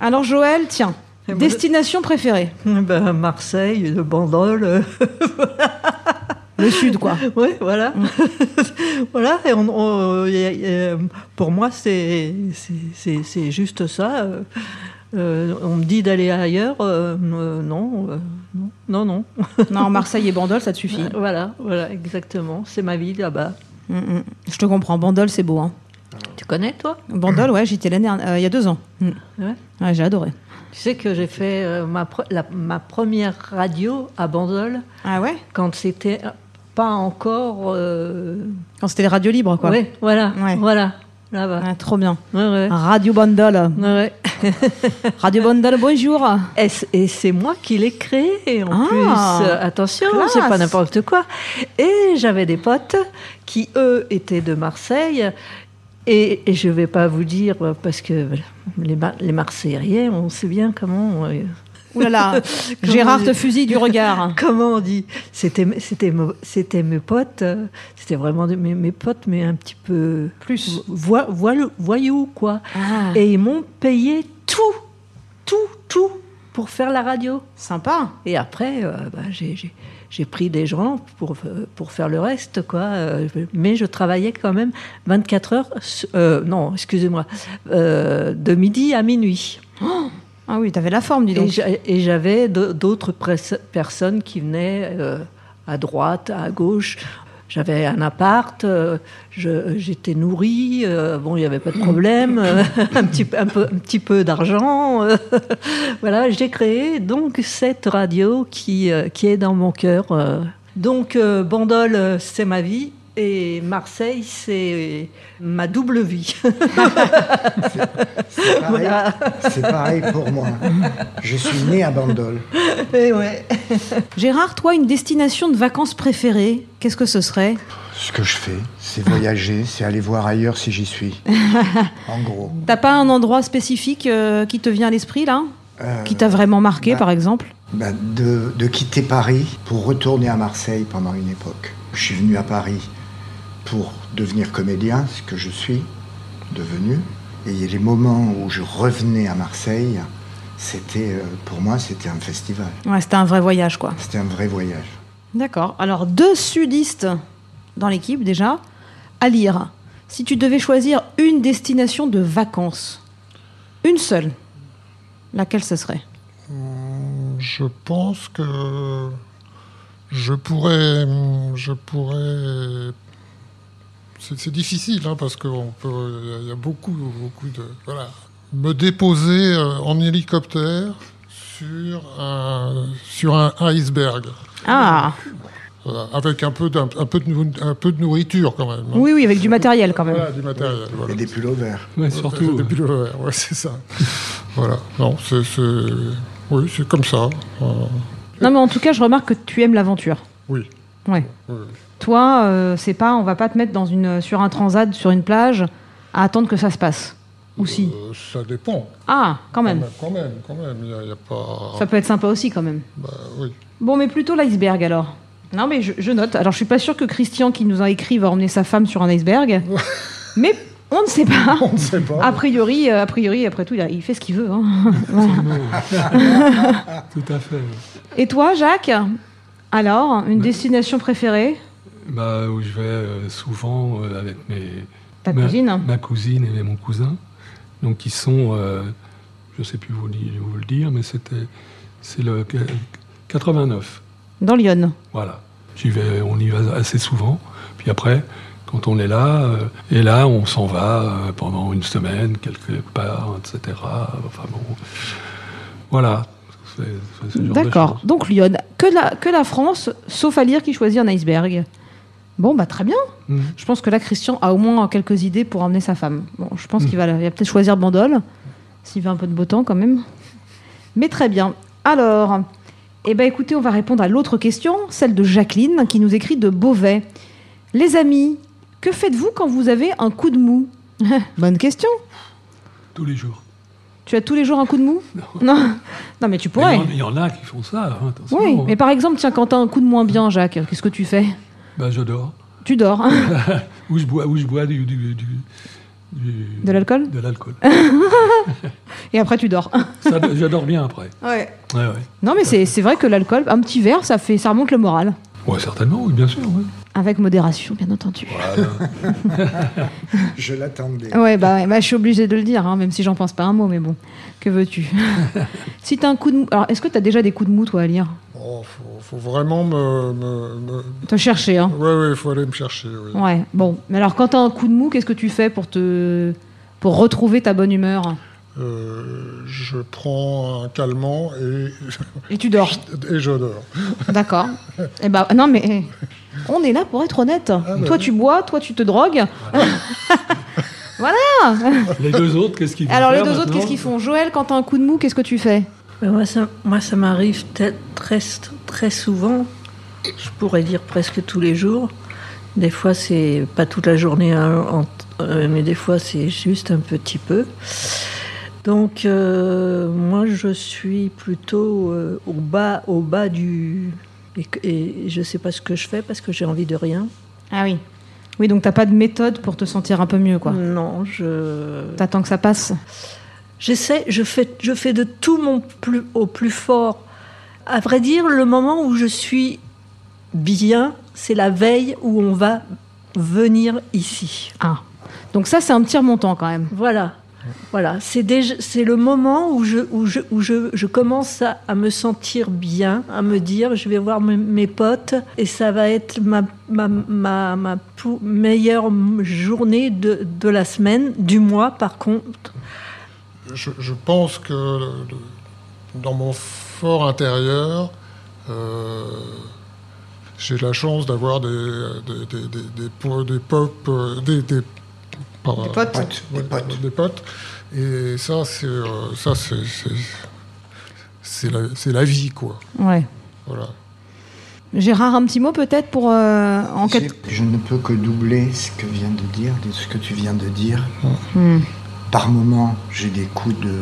Speaker 2: Alors Joël, tiens,
Speaker 5: Et moi,
Speaker 2: destination préférée,
Speaker 5: ben, Marseille, le Bandol, euh,
Speaker 2: le sud quoi.
Speaker 5: ouais, voilà. voilà, et on- on- euh, y a- y a- pour moi, c'est c'est- c'est- c'est juste ça. euh, euh, on me dit d'aller ailleurs, euh, euh, non, euh, non, non, non.
Speaker 2: Non, Marseille et Bandol, ça te suffit.
Speaker 5: Voilà, voilà, exactement. C'est ma vie là-bas.
Speaker 2: Mm, mm. Je te comprends. Bandol, c'est beau. Hein.
Speaker 5: Tu connais, toi
Speaker 2: Bandol, ouais, j'y étais l'année dernière- euh, il y a deux ans. Mm.
Speaker 5: Ouais.
Speaker 2: Ouais, j'ai adoré.
Speaker 5: Tu sais que j'ai fait euh, ma, pre- la- ma première radio à Bandol
Speaker 2: Ah ouais
Speaker 5: quand c'était pas encore. euh,
Speaker 2: Quand c'était les radios libres, quoi.
Speaker 5: ouais, voilà,
Speaker 2: Ouais.
Speaker 5: voilà, là-bas.
Speaker 2: Ouais, Ah. trop bien.
Speaker 5: Ouais, ouais.
Speaker 2: Radio Bandol.
Speaker 5: Ouais, ouais.
Speaker 2: Radio Bandol, bonjour.
Speaker 5: Et c- Et c'est moi qui l'ai créé en
Speaker 2: Ah,
Speaker 5: plus. Euh, Attention,
Speaker 2: classe.
Speaker 5: c'est pas n'importe quoi. Et j'avais des potes qui, eux, étaient de Marseille. Et, et je vais pas vous dire, euh, parce que les, Mar- les Marseillais, on sait bien comment. euh,
Speaker 2: Ouh là là, Gérard te fusille du regard.
Speaker 5: Comment on dit C'était c'était mo- c'était mes potes, euh, c'était vraiment de- mes, mes potes, mais un petit peu
Speaker 2: Plus.
Speaker 5: voi- voile- voyous quoi.
Speaker 2: Ah,
Speaker 5: Et ils m'ont payé tout, tout, tout pour faire la radio.
Speaker 2: sympa.
Speaker 5: Et après, euh, bah, j'ai- j'ai j'ai pris des gens pour euh, pour faire le reste quoi. euh, Mais je travaillais quand même 24 heures, su- euh, non, excusez-moi, euh, de midi à minuit.
Speaker 2: Ah oui, t'avais la forme, dis
Speaker 5: Et
Speaker 2: donc.
Speaker 5: j'a- Et j'avais d- d'autres pres- personnes qui venaient euh, à droite, à gauche. J'avais un appart, euh, je- j'étais nourrie, euh, bon, il n'y avait pas de problème, euh, un petit, peu- un peu, un petit peu d'argent. euh, voilà, j'ai créé donc cette radio qui, euh, qui est dans mon cœur. euh. Donc, euh, Bandol, euh, c'est ma vie. Et Marseille, c'est ma double vie.
Speaker 6: C'est pareil-
Speaker 5: Voilà.
Speaker 6: c'est pareil pour moi. Je suis né à Bandol.
Speaker 5: Et ouais.
Speaker 2: Gérard, toi, une destination de vacances préférée, qu'est-ce que ce serait
Speaker 6: Ce que je fais, c'est voyager, c'est aller voir ailleurs si j'y suis. En gros.
Speaker 2: T'as pas un endroit spécifique euh, qui te vient à l'esprit là
Speaker 6: Euh,
Speaker 2: Qui t'a vraiment marqué
Speaker 6: bah.
Speaker 2: par exemple
Speaker 6: bah, de, de quitter Paris pour retourner à Marseille pendant une époque. Je suis venu à Paris pour devenir comédien, ce que je suis devenu. Et il y a les moments où je revenais à Marseille, c'était euh, pour moi c'était un festival.
Speaker 2: Ouais, c'était un vrai voyage quoi.
Speaker 6: C'était un vrai voyage.
Speaker 2: D'accord. Alors, deux sudistes dans l'équipe déjà. À lire, si tu devais choisir une destination de vacances, une seule, laquelle ce serait
Speaker 3: Je pense que je pourrais. Je pourrais c'est c'est difficile, hein, parce qu'il y, a beaucoup, beaucoup de. Voilà. Me déposer euh, en hélicoptère sur un, sur un iceberg.
Speaker 2: Ah,
Speaker 3: Voilà, avec un peu, d'un- un, peu de, nou- un peu de nourriture quand même. hein.
Speaker 2: oui, oui, avec du matériel quand même.
Speaker 3: Voilà, du matériel. voilà.
Speaker 6: Et des pulls verts.
Speaker 2: Oh.
Speaker 4: Ouais, surtout.
Speaker 3: Des pilotes verts, ouais, c'est ça. voilà. Non, c'est. c'est- Oui, c'est comme ça. Euh,
Speaker 2: Non, mais en tout cas, je remarque que tu aimes l'aventure.
Speaker 3: oui.
Speaker 2: Ouais.
Speaker 3: oui.
Speaker 2: Toi, euh, c'est pas, on va pas te mettre dans une, sur un transat, sur une plage, à attendre que ça se passe. Ou si
Speaker 3: Euh, ça dépend.
Speaker 2: Ah, quand même.
Speaker 3: Quand même, quand même. Il n'y a, il y a pas.
Speaker 2: Ça peut être sympa aussi quand même.
Speaker 3: Bah, oui.
Speaker 2: Bon, mais plutôt l'iceberg alors. Non, mais je, je note. Alors, je suis pas sûre que Christian, qui nous a écrit, va emmener sa femme sur un iceberg. mais on ne sait pas.
Speaker 3: On ne sait pas.
Speaker 2: A priori, euh, a priori, après tout, il, a- il fait ce qu'il veut. hein.
Speaker 4: Tout à fait.
Speaker 2: Et toi, Jacques Alors, une destination préférée
Speaker 4: Bah, où je vais euh, souvent euh, avec mes,
Speaker 2: Ta
Speaker 4: ma,
Speaker 2: cousine
Speaker 4: ma cousine et mon cousin. Donc, ils sont, euh, je sais plus vous, li- vous le dire, mais c'était, c'est le qu- 89.
Speaker 2: Dans Lyon.
Speaker 4: Voilà. J'y vais, on y va assez souvent. Puis après, quand on est là, euh, et là, on s'en va euh, pendant une semaine, quelque part, etc. Enfin bon. Voilà. C'est- c'est ce genre de
Speaker 2: D'accord.
Speaker 4: choses.
Speaker 2: Donc, Lyon. Que la, que la France, sauf à lire qui choisit un iceberg. Bon, bah très bien.
Speaker 4: Mhm.
Speaker 2: Je pense que là, Christian a au moins quelques idées pour emmener sa femme. Bon, je pense qu'il va, il va peut-être choisir Bandol, s'il fait un peu de beau temps quand même. Mais très bien. Alors, eh ben, écoutez, on va répondre à l'autre question, celle de Jacqueline, qui nous écrit de Beauvais. Les amis, que faites-vous quand vous avez un coup de mou Bonne question.
Speaker 4: Tous les jours.
Speaker 2: Tu as tous les jours un coup de mou Non. Non, mais tu
Speaker 4: Mais
Speaker 2: pourrais.
Speaker 4: Il y en- il y, en a qui font ça. hein, attention.
Speaker 2: Oui,
Speaker 4: hein.
Speaker 2: mais par exemple, tiens, quand t'as un coup de moins bien, Jacques, qu'est-ce que tu fais
Speaker 4: Bah, je dors.
Speaker 2: Tu dors.
Speaker 4: Ou je bois, ou je bois du, du- du- du-
Speaker 2: De l'alcool
Speaker 4: de l'alcool.
Speaker 2: Et après, tu dors.
Speaker 4: Ça, je dors bien après.
Speaker 2: Ouais.
Speaker 4: Ouais, ouais.
Speaker 2: Non, mais c'est c'est vrai que l'alcool, un petit verre, ça, fait, ça remonte le moral.
Speaker 4: Ouais, certainement, oui, bien sûr. ouais.
Speaker 2: Avec modération, bien entendu.
Speaker 6: Je l'attendais.
Speaker 2: Ouais, bah, ouais, bah, je suis obligée de le dire, hein, même si j'en pense pas un mot, mais bon, que veux-tu Si t'as un coup de mou. Alors, est-ce que t'as déjà des coups de mou, toi, à lire
Speaker 3: Oh, faut, faut vraiment me. me, me...
Speaker 2: Te chercher, hein
Speaker 3: Ouais, ouais, il faut aller me chercher. Oui.
Speaker 2: Ouais, bon. Mais alors, quand t'as un coup de mou, qu'est-ce que tu fais pour te. pour retrouver ta bonne humeur
Speaker 3: Euh, je prends un calmant et,
Speaker 2: Et tu dors.
Speaker 3: et je dors.
Speaker 2: D'accord. Eh ben, non, mais eh, on est là pour être honnête. toi, tu bois, toi, tu te drogues.
Speaker 4: Les deux autres, qu'est-ce qu'ils font
Speaker 2: Alors, les deux autres, qu'est-ce qu'ils font Joël, quand t'as un coup de mou, qu'est-ce que tu fais
Speaker 5: Mais moi, ça, moi, ça m'arrive te- très, très souvent, je pourrais dire presque tous les jours. Des fois, c'est pas toute la journée, hein, en- euh, mais des fois, c'est juste un petit peu. Donc, euh, moi, je suis plutôt euh, au bas, au bas du. Et, que- et je sais pas ce que je fais parce que j'ai envie de rien.
Speaker 2: Ah oui. Euh. Oui, donc t'as pas de méthode pour te sentir un peu mieux, quoi.
Speaker 5: Non, je.
Speaker 2: T'attends que ça passe.
Speaker 5: J'essaie, je fais, je fais de tout mon plus, au plus fort. À vrai dire, le moment où je suis bien, c'est la veille où on va venir ici.
Speaker 2: Ah. Donc ça, c'est un petit remontant quand même.
Speaker 5: Voilà. Voilà, c'est déjà- c'est le moment où je, où je, où je, je commence à, à me sentir bien, à me dire je vais voir mes, mes potes et ça va être ma, ma, ma, ma pou- meilleure journée de, de la semaine, du mois par contre.
Speaker 3: Je, je pense que le- le- dans mon fort intérieur, euh, j'ai la chance d'avoir des, des, des, des, des po- des pop, euh, des, des, pardon,
Speaker 7: Des potes.
Speaker 6: Potes,
Speaker 3: ouais,
Speaker 6: des potes.
Speaker 3: des potes. Et ça, c'est euh, ça, c'est c'est- c'est la, c'est la vie, quoi.
Speaker 2: Ouais.
Speaker 3: Voilà.
Speaker 2: Gérard, un petit mot peut-être pour euh, en
Speaker 6: J'ai-
Speaker 2: quête-
Speaker 6: Je ne peux que doubler ce que vient de dire, ce que tu viens de dire.
Speaker 2: Hmm.
Speaker 6: Par moments, j'ai des coups de,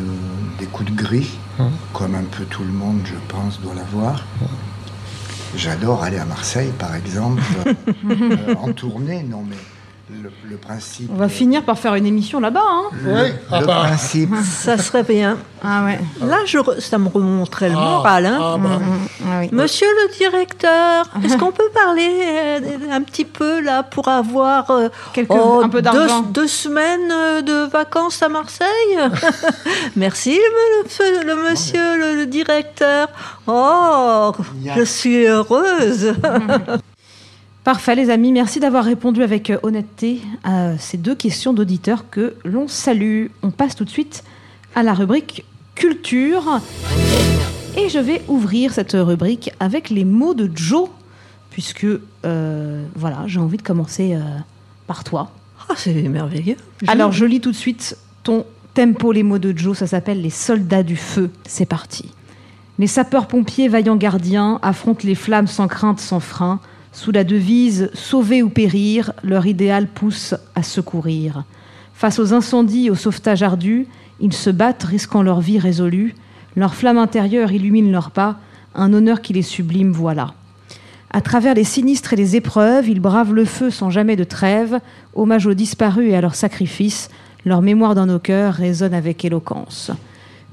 Speaker 6: des coups de gris,
Speaker 3: Hum.
Speaker 6: comme un peu tout le monde, je pense, doit l'avoir. J'adore aller à Marseille, par exemple, euh, en tournée. Non, mais le, le principe.
Speaker 2: On va finir par faire une émission là-bas. Hein
Speaker 6: Le,
Speaker 3: Ouais, ah
Speaker 6: le
Speaker 3: bah.
Speaker 6: principe.
Speaker 5: Ça serait bien.
Speaker 2: ah ouais.
Speaker 5: Là, je, re- ça me remonterait le
Speaker 3: Ah,
Speaker 5: moral. hein.
Speaker 3: ah, bah,
Speaker 2: Ah oui.
Speaker 5: Monsieur le directeur, est-ce qu'on peut parler euh, un petit peu là pour avoir euh,
Speaker 2: Quelque-
Speaker 5: oh,
Speaker 2: un peu d'argent.
Speaker 5: deux, deux semaines euh, de vacances à Marseille Merci le, monsieur- le monsieur le, le directeur. Oh,
Speaker 6: Il y a-
Speaker 5: je suis heureuse.
Speaker 2: Parfait, les amis. Merci d'avoir répondu avec euh, honnêteté à ces deux questions d'auditeurs que l'on salue. On passe tout de suite à la rubrique culture. Et je vais ouvrir cette rubrique avec les mots de Joe, puisque euh, voilà, j'ai envie de commencer euh, par toi.
Speaker 5: Ah, c'est merveilleux.
Speaker 2: Alors, je lis tout de suite ton tempo, les mots de Joe, ça s'appelle Les soldats du feu. C'est parti. Les sapeurs-pompiers vaillants gardiens affrontent les flammes sans crainte, sans frein. Sous la devise Sauver ou périr, leur idéal pousse à secourir. Face aux incendies et au sauvetage ardu, ils se battent, risquant leur vie résolue. Leur flamme intérieure illumine leurs pas, un honneur qui les sublime, voilà. À travers les sinistres et les épreuves, ils bravent le feu sans jamais de trêve. Hommage aux disparus et à leurs sacrifices, leur mémoire dans nos cœurs résonne avec éloquence.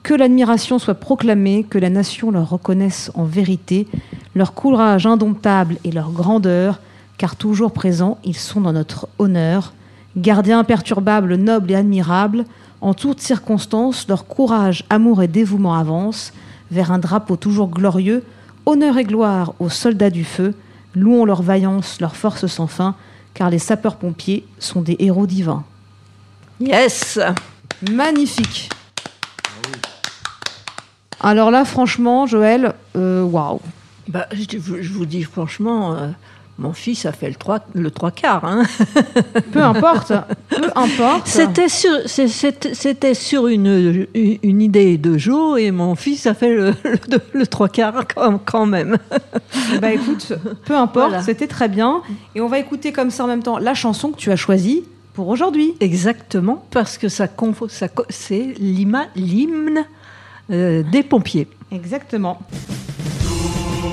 Speaker 2: Que l'admiration soit proclamée, que la nation leur reconnaisse en vérité, leur courage indomptable et leur grandeur, car toujours présents, ils sont dans notre honneur. Gardiens imperturbables, nobles et admirables, en toutes circonstances, leur courage, amour et dévouement avancent vers un drapeau toujours glorieux. Honneur et gloire aux soldats du feu, louons leur vaillance, leur force sans fin, car les sapeurs-pompiers sont des héros divins.
Speaker 5: Yes.
Speaker 2: Magnifique. Alors là, franchement, Joël, euh, waouh.
Speaker 5: Bah, je, vous- je vous dis franchement, euh, mon fils a fait le trois, le trois quarts. hein.
Speaker 2: Peu importe, peu importe.
Speaker 5: C'était sur, c'est- c'était c'était sur une, une idée de Joe et mon fils a fait le, le- le trois quarts quand, quand même.
Speaker 2: Bah écoute, peu importe,
Speaker 5: Voilà.
Speaker 2: c'était très bien. Et on va écouter comme ça en même temps la chanson que tu as choisie pour aujourd'hui.
Speaker 5: Exactement, parce que ça, conf- ça co- c'est l'ima- l'hymne euh, des pompiers.
Speaker 2: Exactement. Oh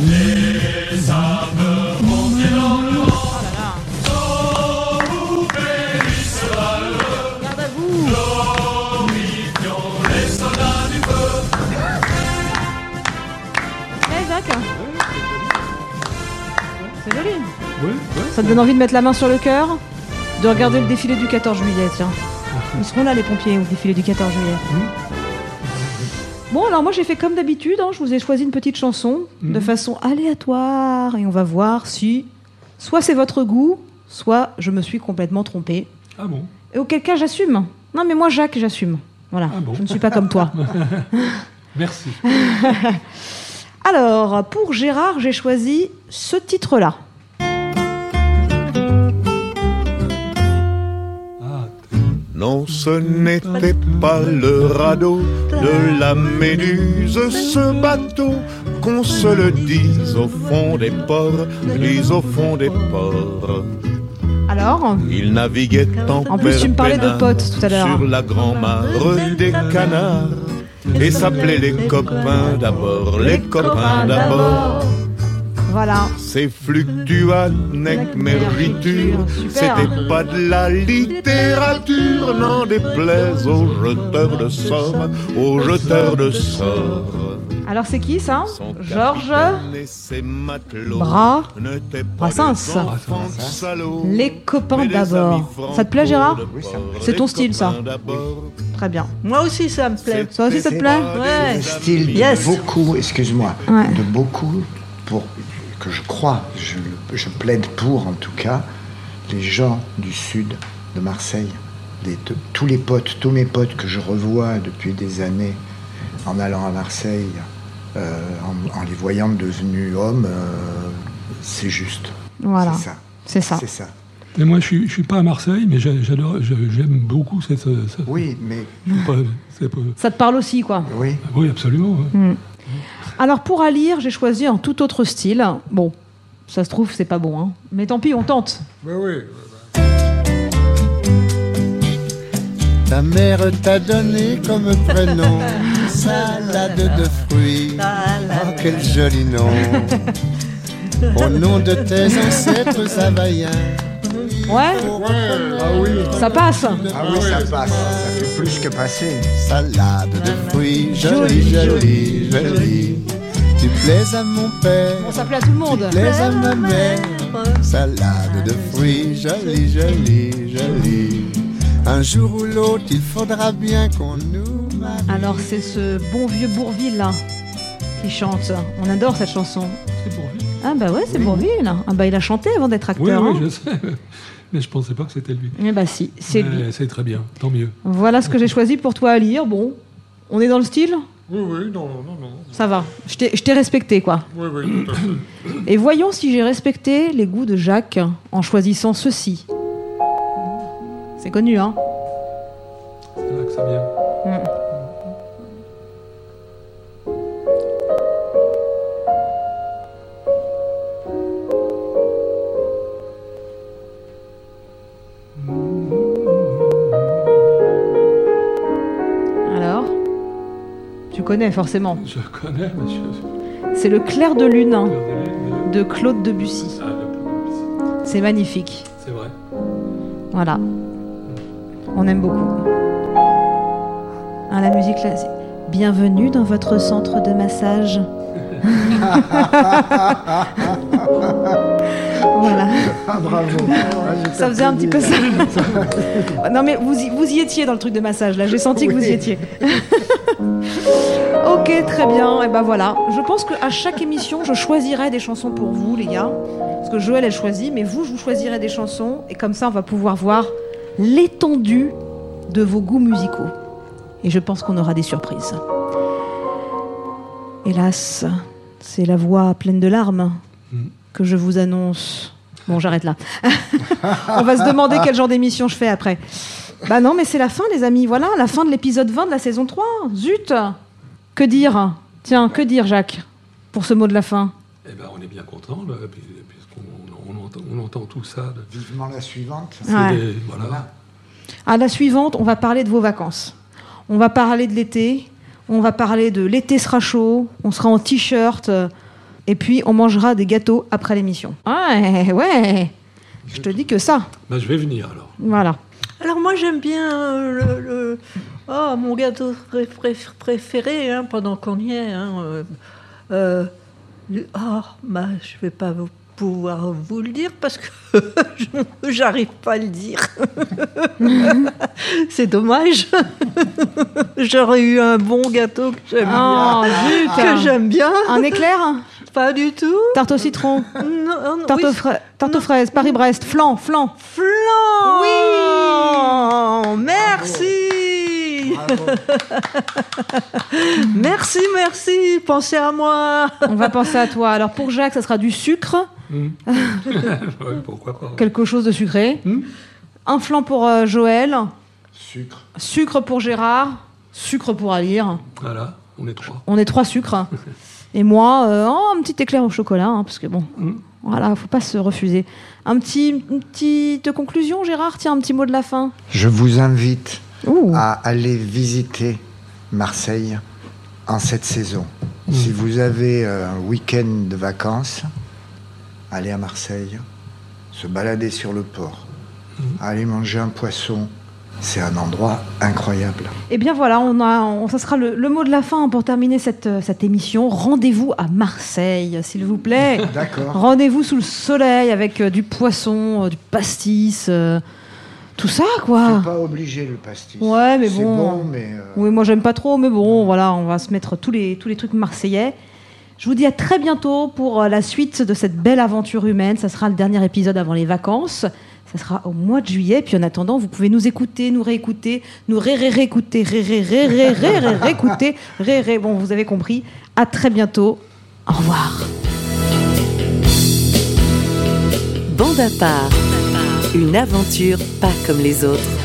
Speaker 2: Eh, C'est joli.
Speaker 4: Ouais, ouais.
Speaker 2: Ça te donne envie de mettre la main sur le cœur De regarder le défilé du 14 juillet, tiens. Ils seront là, les pompiers, au défilé du 14 juillet. Bon, alors moi, j'ai fait comme d'habitude. hein, je vous ai choisi une petite chanson
Speaker 4: Mhm.
Speaker 2: de façon aléatoire. Et on va voir si soit c'est votre goût, soit je me suis complètement trompée.
Speaker 4: Ah bon
Speaker 2: Et auquel cas, j'assume. Non, mais moi, Jacques, j'assume. Voilà.
Speaker 4: Ah bon
Speaker 2: je ne suis pas comme toi.
Speaker 4: Merci.
Speaker 2: Alors, pour Gérard, j'ai choisi ce titre-là.
Speaker 4: Ah,
Speaker 8: Non, ce n'était pas le radeau de la méduse, ce bateau, qu'on se le dise au fond des ports, dise au fond des ports.
Speaker 2: Alors
Speaker 8: Il naviguait en
Speaker 2: En plus, tu me parlais de
Speaker 8: perpénat
Speaker 2: potes tout à l'heure.
Speaker 8: Sur la grand-mare des canards. Et s'appelait les copains d'abord, les copains d'abord.
Speaker 2: Voilà.
Speaker 8: C'est fluctua nec meritur,
Speaker 2: Super.
Speaker 8: c'était pas de la littérature, n'en déplaise aux jeteurs de sorts, aux jeteurs de sorts.
Speaker 2: Alors c'est qui ça
Speaker 8: Son
Speaker 2: Georges
Speaker 8: capitaine et ses matelots
Speaker 2: Bras-
Speaker 8: n'étaient pas
Speaker 2: Brassens.
Speaker 8: des enfants de salauds,
Speaker 2: Les copains
Speaker 8: mais des amis
Speaker 2: d'abord.
Speaker 8: francs
Speaker 2: Ça te plaît Gérard
Speaker 8: pour
Speaker 6: Oui, ça me
Speaker 8: d'abord.
Speaker 6: plaît.
Speaker 2: C'est ton
Speaker 8: Les
Speaker 2: style, ça
Speaker 8: copains d'abord,
Speaker 2: Très bien.
Speaker 5: Moi aussi, ça me plaît.
Speaker 2: Ça aussi ça te
Speaker 6: C'est-
Speaker 2: plaît
Speaker 6: Le
Speaker 5: Ouais.
Speaker 6: style de
Speaker 5: Yes.
Speaker 6: beaucoup, excuse-moi,
Speaker 2: Ouais.
Speaker 6: de beaucoup, pour, que je crois, je, je plaide pour en tout cas, les gens du sud de Marseille, des- de- tous les potes, tous mes potes que je revois depuis des années en allant à Marseille, euh, en, en les voyant devenus hommes, euh, c'est juste.
Speaker 2: Voilà.
Speaker 6: C'est ça.
Speaker 2: C'est ça.
Speaker 6: C'est ça.
Speaker 4: Et moi, je suis, je suis pas à Marseille, mais j'a- j'adore, je- j'aime beaucoup cette. euh, cette-
Speaker 6: Oui, mais
Speaker 4: c'est pas- c'est pas-
Speaker 2: Ça te parle aussi quoi.
Speaker 6: oui.
Speaker 4: oui, absolument. ouais.
Speaker 2: Hmm. Alors pour à lire, j'ai choisi un tout autre style. Bon, ça se trouve c'est pas bon hein. Mais tant pis, on tente.
Speaker 3: Mais oui.
Speaker 7: Ta mère t'a donné comme prénom salade de fruits. Oh, quel joli nom! Au nom de tes ancêtres savaillins.
Speaker 2: Ouais,
Speaker 3: Ouais, ah oui.
Speaker 2: ça passe.
Speaker 6: Ah oui, ça passe. Ça fait plus que passer.
Speaker 7: Salade de fruits, jolie, jolie, jolie. Tu plais à mon
Speaker 2: Bon,
Speaker 7: père,
Speaker 2: ça plaît à tout le monde.
Speaker 7: tu plais à ma mère. Salade de fruits, jolie, jolie, jolie. Un jour ou l'autre, il faudra bien qu'on nous marie.
Speaker 2: Alors c'est ce bon vieux Bourvil là qui chante. On adore cette chanson.
Speaker 4: C'est pour lui.
Speaker 2: Ah bah ouais, c'est Bourvil. Ah bah il a chanté avant d'être
Speaker 4: Oui,
Speaker 2: acteur.
Speaker 4: oui,
Speaker 2: hein.
Speaker 4: je sais. Mais je pensais pas que c'était lui.
Speaker 2: Eh bah si, c'est
Speaker 4: Mais
Speaker 2: lui.
Speaker 4: C'est très bien, tant mieux.
Speaker 2: Voilà ce que j'ai choisi pour toi à lire. Bon, on est dans le style
Speaker 3: Oui, oui, non, non, non.
Speaker 2: Ça va. Je t'ai je t'ai respecté, quoi.
Speaker 3: Oui, oui, tout à fait.
Speaker 2: Et voyons si j'ai respecté les goûts de Jacques en choisissant ceci. C'est connu, hein
Speaker 4: C'est là que ça vient.
Speaker 2: Alors Tu connais forcément.
Speaker 4: Je connais, mais je-
Speaker 2: C'est le clair de
Speaker 4: je
Speaker 2: lune
Speaker 4: regardais,
Speaker 2: de Claude Debussy.
Speaker 4: mais- Ah, le-
Speaker 2: C'est magnifique.
Speaker 4: C'est vrai.
Speaker 2: Voilà. On aime beaucoup. Ah, la musique classique. Bienvenue dans votre centre de massage. voilà.
Speaker 6: Ah bravo. Ah, j'ai
Speaker 2: Ça faisait un petit peu ça. non, mais vous y, vous y étiez dans le truc de massage, là. J'ai senti que vous y
Speaker 6: Oui.
Speaker 2: étiez. ok, très bien. Et ben voilà. Je pense qu'à chaque émission, je choisirai des chansons pour vous, les gars. Parce que Joël, elle choisit, mais vous, je vous choisirai des chansons. Et comme ça, on va pouvoir voir l'étendue de vos goûts musicaux. Et je pense qu'on aura des surprises. Hélas, c'est la voix pleine de larmes que je vous annonce. Bon, j'arrête là. On va se demander quel genre d'émission je fais après. Bah non, mais c'est la fin, les amis. Voilà, la fin de l'épisode 20 de la saison 3. Zut Que dire Tiens, que dire, Jacques, pour ce mot de la fin
Speaker 4: Eh ben, on est bien content, là, puis- puisqu'on on entend, on entend tout ça. là.
Speaker 6: Vivement la suivante.
Speaker 4: C'est
Speaker 2: Ouais.
Speaker 4: des- voilà.
Speaker 2: À la suivante, on va parler de vos vacances. On va parler de l'été. On va parler de l'été sera chaud. On sera en t-shirt. euh, Et puis, on mangera des gâteaux après l'émission. Ouais, ouais Je te dis que ça.
Speaker 4: Ben, je vais venir alors.
Speaker 2: Voilà.
Speaker 5: Alors moi j'aime bien euh, le, le- oh, mon gâteau pré- pré- préféré hein, pendant qu'on y est. hein, euh, euh, le- oh, bah, je vais pas vous- pouvoir vous le dire parce que je- j'arrive pas à le dire. C'est dommage. J'aurais eu un bon gâteau que j'aime
Speaker 2: Oh,
Speaker 5: Ah, bien. Que
Speaker 2: zut
Speaker 5: j'aime bien.
Speaker 2: Un éclair
Speaker 5: Pas du tout.
Speaker 2: Tarte au citron
Speaker 5: Non, non,
Speaker 2: Tarte,
Speaker 5: oui,
Speaker 2: aux, fra- tarte aux fraises, Paris-Brest, flan, flan.
Speaker 5: Flan
Speaker 2: Oui
Speaker 5: Merci Merci, merci Pensez à moi
Speaker 2: On va penser à toi. Alors pour Jacques, ça sera du sucre,
Speaker 4: Ouais, pourquoi pas.
Speaker 2: quelque chose de sucré.
Speaker 4: Hmm.
Speaker 2: Un flan pour euh, Joël,
Speaker 6: Sucre.
Speaker 2: sucre pour Gérard, sucre pour Alire.
Speaker 4: Voilà, on est trois.
Speaker 2: On est trois sucres. Et moi, euh, oh, un petit éclair au chocolat, hein, parce que bon,
Speaker 4: Hmm.
Speaker 2: voilà, faut pas se refuser. Un petit, une petite conclusion, Gérard, tiens, un petit mot de la fin.
Speaker 6: Je vous invite
Speaker 2: Ouh.
Speaker 6: à aller visiter
Speaker 2: Mmh.
Speaker 6: euh, Marseille en cette saison. Si vous avez un week-end de vacances, aller à Marseille, se balader sur le port,
Speaker 2: Mmh.
Speaker 6: aller manger un poisson, c'est un endroit incroyable.
Speaker 2: Eh bien voilà, on a, on, ça sera le, le mot de la fin pour terminer cette, cette émission. Rendez-vous à Marseille, s'il vous plaît.
Speaker 6: D'accord.
Speaker 2: Rendez-vous sous le soleil avec euh, du poisson, euh, du pastis, euh, tout ça quoi.
Speaker 6: C'est pas obligé le pastis.
Speaker 2: Ah. Ouais, mais
Speaker 6: C'est
Speaker 2: bon.
Speaker 6: bon, mais euh,
Speaker 2: Oui, moi j'aime pas trop, mais bon, voilà, on va se mettre tous les, tous les trucs marseillais. Je vous dis à très bientôt pour euh, la suite de cette belle aventure humaine. Ça sera le dernier épisode avant les vacances. Ça sera au mois de juillet. Puis en attendant, vous pouvez nous écouter, nous réécouter, nous ré-ré-réécouter, ré-ré-ré-ré-ré-ré-réécouter, ré-ré. Bon, vous avez compris. À très bientôt. Au revoir.
Speaker 1: Bande à part, une aventure pas comme les autres.